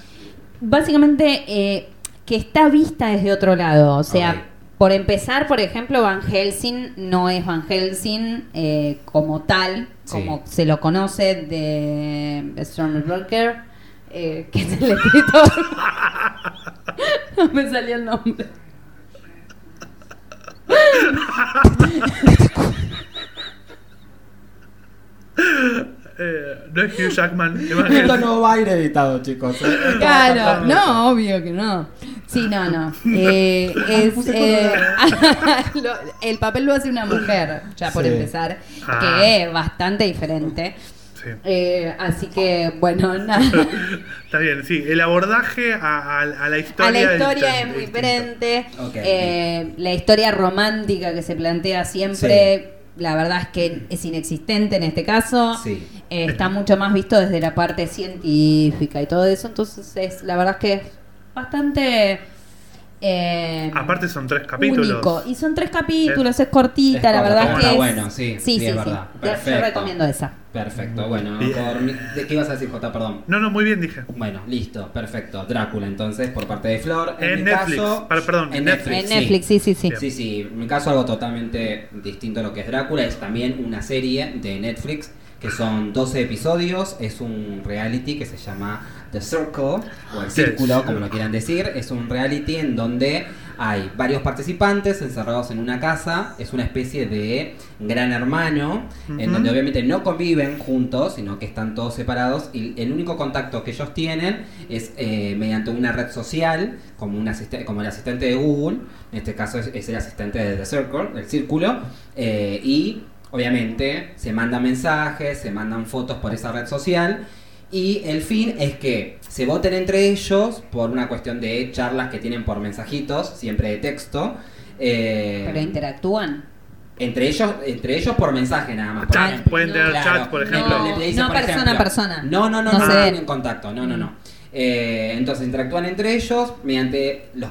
S2: Básicamente eh, que está vista desde otro lado. O sea,
S1: Ok.
S2: por empezar, por ejemplo, Van Helsing no es Van Helsing eh, como tal,
S1: Sí.
S2: como se lo conoce de Stormbreaker, eh, que es el escritor. no me salía el nombre.
S6: Eh, no es Hugh Jackman. es más que-
S1: no va a ir editado, chicos.
S2: Claro, no, obvio que no. Sí, no, no. Eh, es, eh, lo- el papel lo hace una mujer, ya por
S5: Sí.
S2: empezar,
S6: Ah.
S2: que es bastante diferente.
S6: Sí.
S2: Eh, así que, bueno, nada.
S6: Está bien, sí. El abordaje a, a- a la
S2: A
S6: historia.
S2: la historia
S6: distin-
S2: es muy
S6: distinto.
S2: diferente.
S1: Ok.
S2: Eh, la historia romántica que se plantea siempre, la verdad es que es inexistente en este caso.
S1: Sí.
S2: Eh, está mucho más visto desde la parte científica y todo eso. Entonces, es, la verdad es que es bastante. eh,
S6: Aparte son tres capítulos.
S2: único. Y son tres capítulos, es cortita,
S1: Es
S2: la
S1: corta,
S2: verdad
S1: está
S2: es que.
S1: bueno,
S2: es-
S1: bueno, sí, sí,
S2: sí,
S1: es verdad.
S2: Yo- Yo
S1: Perfecto.
S2: recomiendo esa.
S1: Perfecto, bueno.
S6: Bien.
S1: por mi- ¿De qué ibas a decir, J? Perdón.
S6: No, no, muy bien dije.
S1: Bueno, listo, perfecto. Drácula, entonces, por parte de Flor. En,
S6: En
S1: mi
S6: Netflix.
S1: caso-
S6: Para- perdón,
S1: en
S6: en
S1: Netflix.
S2: en Netflix, sí, sí, sí.
S6: Bien.
S1: Sí, sí, en mi caso algo totalmente distinto a lo que es Drácula, es también una serie de Netflix que son 12 episodios, es un reality que se llama The Circle, o el
S6: Sí.
S1: Círculo, como lo quieran decir, es un reality en donde Hay varios participantes encerrados en una casa, es una especie de gran hermano, en
S6: Ujú.
S1: donde obviamente no conviven juntos, sino que están todos separados y el único contacto que ellos tienen es eh, mediante una red social, como, un asiste- como el asistente de Google, en este caso es, es el asistente de The Circle, el círculo, eh, y obviamente se mandan mensajes, se mandan fotos por esa red social y el fin es que se voten entre ellos por una cuestión de charlas que tienen por mensajitos, siempre de texto. eh,
S2: Pero interactúan.
S1: entre ellos, entre ellos por mensaje nada más. por
S6: Chat,
S1: ejemplo.
S6: pueden tener
S1: Claro,
S6: chat, por ejemplo.
S2: no.
S1: le dicen, por
S2: persona a
S1: ejemplo,
S2: persona.
S1: No, no, no,
S2: No
S1: no,
S2: se
S1: tienen
S2: ven.
S1: contacto, no, no, no. Eh, entonces interactúan entre ellos mediante los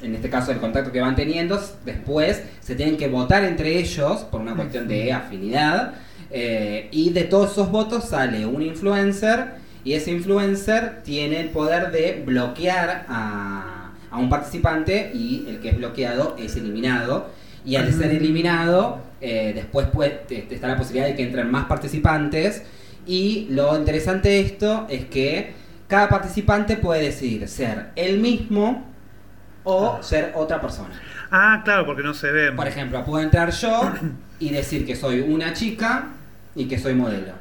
S1: en este caso el contacto que van teniendo, después se tienen que votar entre ellos por una cuestión de afinidad eh, y de todos esos votos sale un influencer y ese influencer tiene el poder de bloquear a, a un participante y el que es bloqueado es eliminado y al ser eliminado eh, después puede, te- te está la posibilidad de que entren más participantes y lo interesante de esto es que cada participante puede decidir ser él mismo o ser otra persona.
S6: Ah, claro, porque no se ven.
S1: Por ejemplo, puedo entrar yo y decir que soy una chica y que soy modelo.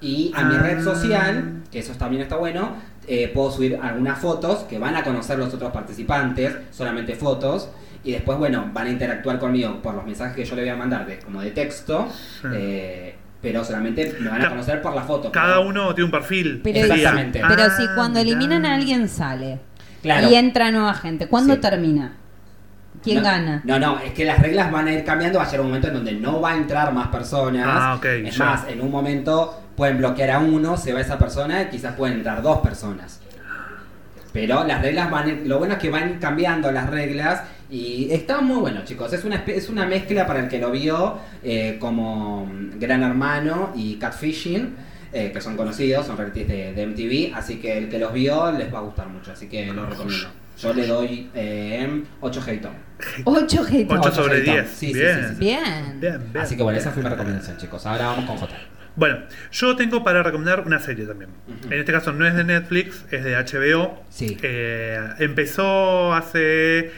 S1: Y a mi
S6: Ah.
S1: red social, que eso también está bueno, eh, puedo subir algunas fotos que van a conocer los otros participantes, solamente fotos. Y después, bueno, van a interactuar conmigo por los mensajes que yo le voy a mandar, de- como de texto. eh, pero solamente me van a
S6: Ca-
S1: conocer por las fotos.
S6: Cada
S1: ¿no?
S6: uno tiene un perfil.
S2: Pero-
S6: sería.
S1: Exactamente.
S6: Ah,
S2: Pero si cuando
S6: mirá.
S2: eliminan a alguien sale
S1: Claro.
S2: y entra nueva gente, ¿cuándo
S1: Sí.
S2: termina? ¿Quién
S1: No,
S2: gana?
S1: No, no, es que las reglas van a ir cambiando. Va a llegar un momento en donde no va a entrar más personas.
S6: Ah, ok,
S1: Es
S6: ya.
S1: más, en un momento pueden bloquear a uno, se va esa persona y quizás pueden entrar dos personas. Pero las reglas van, a ir- lo bueno es que van cambiando las reglas y está muy bueno, chicos. Es una espe- es una mezcla para el que lo vio eh, como mm, Gran Hermano y Catfishing, eh, que son conocidos, son realities de, de MTV, así que el que los vio les va a gustar mucho, así que lo recomiendo. Yo le doy eh, 8 Heiton.
S2: 8
S6: Ocho
S1: Ocho
S2: haters.
S6: sobre
S1: Heiton.
S6: 10.
S1: Sí, sí,
S6: bien.
S1: sí, sí, sí.
S2: Bien.
S6: Bien, bien.
S1: Así que bueno, esa fue mi recomendación, chicos. Ahora vamos con J.
S6: Bueno, yo tengo para recomendar una serie también.
S1: Ujú.
S6: En este caso no es de Netflix, es de HBO.
S1: Sí.
S6: Eh, empezó hace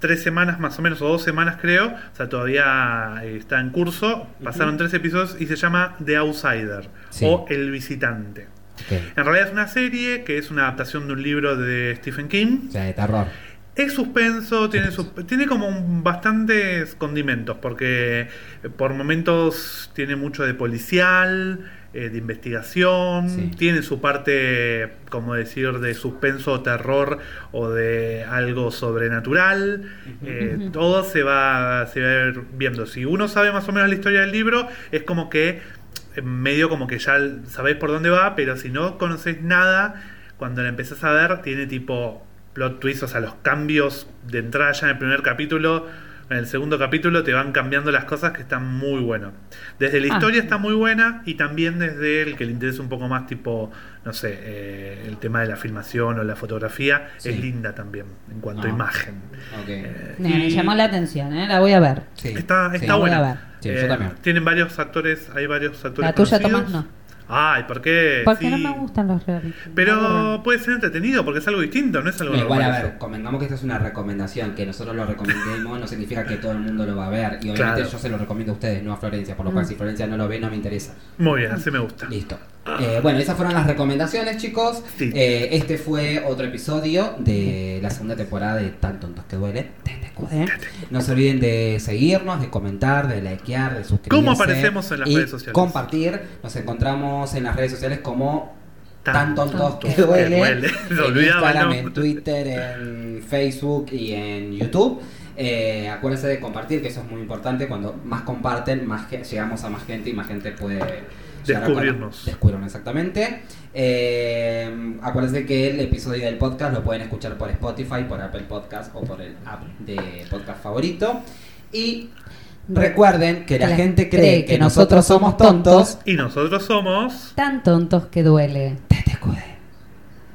S6: tres semanas más o menos, o dos semanas creo. O sea, todavía eh, está en curso. Pasaron tres episodios y se llama The Outsider
S1: Sí.
S6: o El Visitante. En realidad es una serie que es una adaptación de un libro de Stephen King.
S1: O sea, de terror.
S6: Es suspenso, tiene, su- tiene como un- bastantes condimentos, porque eh, por momentos tiene mucho de policial, eh, de investigación,
S1: Sí.
S6: tiene su parte, como decir, de suspenso, terror o de algo sobrenatural. Eh, Todo se va, se va a ir viendo. Si uno sabe más o menos la historia del libro, es como que eh, medio como que ya l- sabéis por dónde va, pero si no conocéis nada, cuando la empezás a ver, tiene tipo plot twist, o sea, los cambios de entrada ya en el primer capítulo, en el segundo capítulo te van cambiando las cosas que están muy bueno. Desde la
S2: Ah.
S6: historia está muy buena y también desde el que le interesa un poco más, tipo, no sé, eh, el tema de la filmación o la fotografía,
S1: Sí.
S6: es linda también en cuanto a
S1: Ah.
S6: imagen.
S1: Ok.
S2: Me- Me
S6: Y-
S2: llamó la atención, ¿eh? la voy a ver.
S1: Sí.
S6: Está,
S1: Sí.
S6: está
S2: voy a ver.
S6: buena. Eh,
S1: Sí, yo también.
S6: tienen varios actores, hay varios actores.
S2: La tuya,
S6: conocidos.
S2: Tomás, no.
S6: Ay, ¿por qué?
S2: Porque no
S6: Eh, Sí.
S2: me gustan los reality.
S6: Pero puede ser entretenido porque es algo distinto, no es algo
S1: No, igual, a
S6: normal.
S1: ver, convengamos que esta es una recomendación, que nosotros lo recomendemos no significa que todo el mundo lo va a ver. Y obviamente
S6: Claro.
S1: yo se lo recomiendo a ustedes, no a Florencia, por lo
S2: Mm.
S1: cual si Florencia no lo ve no me interesa.
S6: Muy bien, así me gusta.
S1: Listo. Eh, bueno, esas fueron las recomendaciones, chicos.
S6: Sí.
S1: Eh, este fue otro episodio de la segunda temporada de Tan Tontos que Duele.
S2: Joder.
S1: No se olviden de seguirnos, de comentar, de likear, de suscribirse.
S6: ¿Cómo aparecemos en las
S1: y
S6: redes sociales?
S1: compartir. Nos encontramos en las redes sociales como Tan Tontos que
S6: que
S1: Duele.
S6: duele.
S1: En
S6: Se olvidaba,
S1: Instagram,
S6: ¿no?
S1: en Twitter, en Facebook y en YouTube. Eh, acuérdense de compartir, que eso es muy importante. Cuando más comparten, más ge- llegamos a más gente y más gente puede llegar a-
S6: Descubrirnos.
S1: descubrirnos, exactamente. Eh, acuérdense que el episodio del podcast lo pueden escuchar por Spotify, por Apple Podcast o por el app de podcast favorito. Y recuerden que la gente cree que nosotros somos tontos.
S6: Y nosotros somos.
S2: Tan tontos que duele.
S1: Te escude.